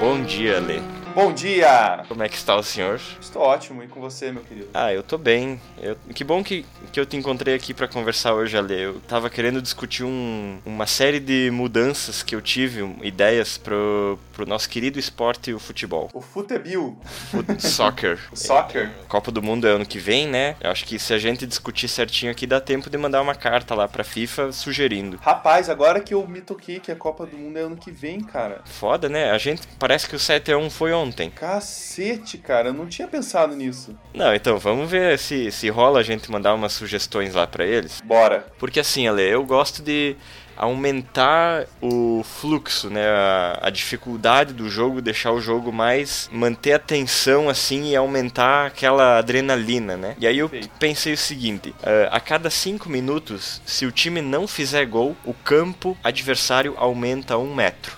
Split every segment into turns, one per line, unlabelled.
Bom dia, Lê.
Bom dia!
Como é que está o senhor?
Estou ótimo, e com você, meu querido?
Ah, eu tô bem. Eu- Que bom que, que eu te encontrei aqui pra conversar hoje, Ale. Eu tava querendo discutir um- uma série de mudanças que eu tive, um- ideias pro, pro nosso querido esporte, o futebol.
O Futebil,
O soccer.
o soccer,
Copa do Mundo é ano que vem, né? Eu acho que se a gente discutir certinho aqui, dá tempo de mandar uma carta lá pra FIFA sugerindo.
Rapaz, agora que eu me toquei que a Copa do Mundo é ano que vem, cara.
Foda, né? A gente parece que o 7x1 foi ontem.
Cacete, cara, eu não tinha pensado nisso.
Não, então vamos ver se, se rola a gente mandar umas sugestões lá pra eles.
Bora.
Porque assim, Ale, eu gosto de aumentar o fluxo, né? A, a dificuldade do jogo, deixar o jogo mais. manter a tensão assim e aumentar aquela adrenalina, né? E aí eu
Perfeito.
pensei o seguinte: ah, a cada 5 minutos, se o time não fizer gol, o campo adversário aumenta um metro.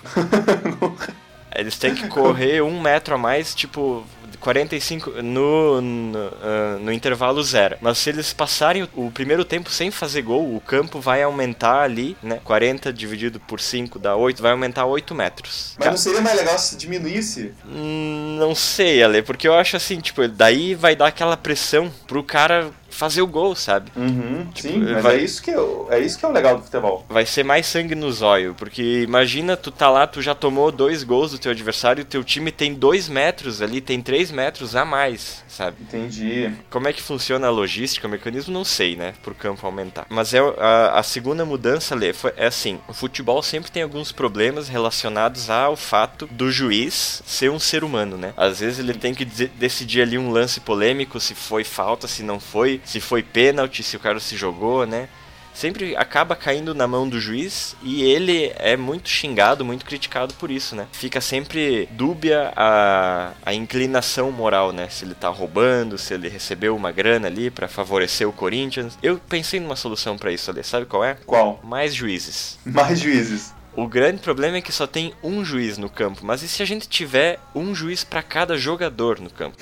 Eles têm que correr um metro a mais, tipo. 45 no, no, ah, no intervalo zero. Mas se eles passarem o, o primeiro tempo sem fazer gol, o campo vai aumentar ali, né? 40 dividido por 5 dá 8, vai aumentar 8 metros.
Mas não seria mais legal se diminuísse?
Hum, Não sei, Ale, porque eu acho assim, tipo, daí vai dar aquela pressão pro cara fazer o gol, sabe?
Uhum, sim,
eh,
mas
vai-
é, isso que eu- é isso que é o legal do futebol.
Vai ser mais sangue no zóio, porque imagina tu tá lá, tu já tomou dois gols do teu adversário, teu time tem dois metros ali, tem três metros a mais, sabe?
Entendi.
Como é que funciona a logística, o mecanismo, não sei, né? Pro campo aumentar. Mas é a, a segunda mudança, Lê, foi, é assim: o futebol sempre tem alguns problemas relacionados ao fato do juiz ser um ser humano, né? Às vezes ele tem que dizer- decidir ali um lance polêmico, se foi falta, se não foi, se foi pênalti, se o cara se jogou, né? Sempre acaba caindo na mão do juiz e ele é muito xingado, muito criticado por isso, né? Fica sempre dúbia a, a inclinação moral, né? Se ele tá roubando, se ele recebeu uma grana ali pra favorecer o Corinthians. Eu pensei numa solução pra isso ali, sabe qual é?
Qual?
Mais juízes.
Mais juízes.
O grande problema é que só tem um juiz no campo, mas e se a gente tiver um juiz pra cada jogador no campo?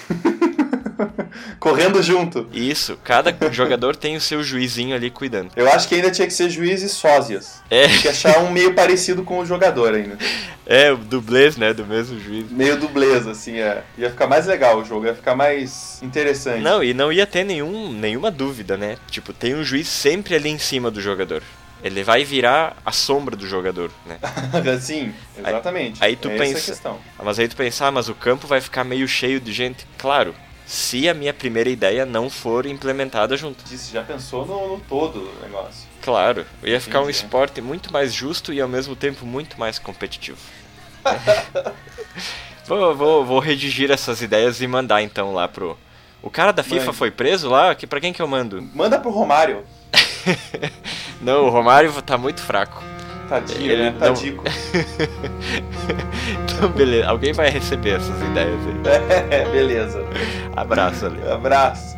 Correndo junto.
E Isso, cada jogador tem o seu juizinho ali cuidando.
Eu acho que ainda tinha que ser juízes sósias.
É.
Tinha que achar um meio parecido com o jogador ainda.
É, o dublês, né? Do mesmo juiz.
Meio dublês, assim, é. Ia ficar mais legal o jogo, ia ficar mais interessante.
Não, e não ia ter nenhum, nenhuma dúvida, né? Tipo, tem um juiz sempre ali em cima do jogador. Ele vai virar a sombra do jogador, né?
Sim, Assim, exatamente.
Aí- aí tu
é
pensa-
Essa a questão.
Mas aí tu pensar, mas o campo vai ficar meio cheio de gente. Claro, se a minha primeira ideia não for implementada junto.
Disse, já pensou no, no todo do negócio.
Claro, ia ficar um
Entendi.
esporte muito mais justo e ao mesmo tempo muito mais competitivo. vou, vou, vou redigir essas ideias e mandar então lá pro. O cara da FIFA
Mande.
foi preso lá? Que, pra quem que eu mando?
Manda pro Romário.
Não, o Romário tá muito fraco.
Tadinho,
Ele
né?
não-
Tadico.
Então, beleza. Alguém vai receber essas ideias aí.
É, beleza.
Abraço ali.
Abraço.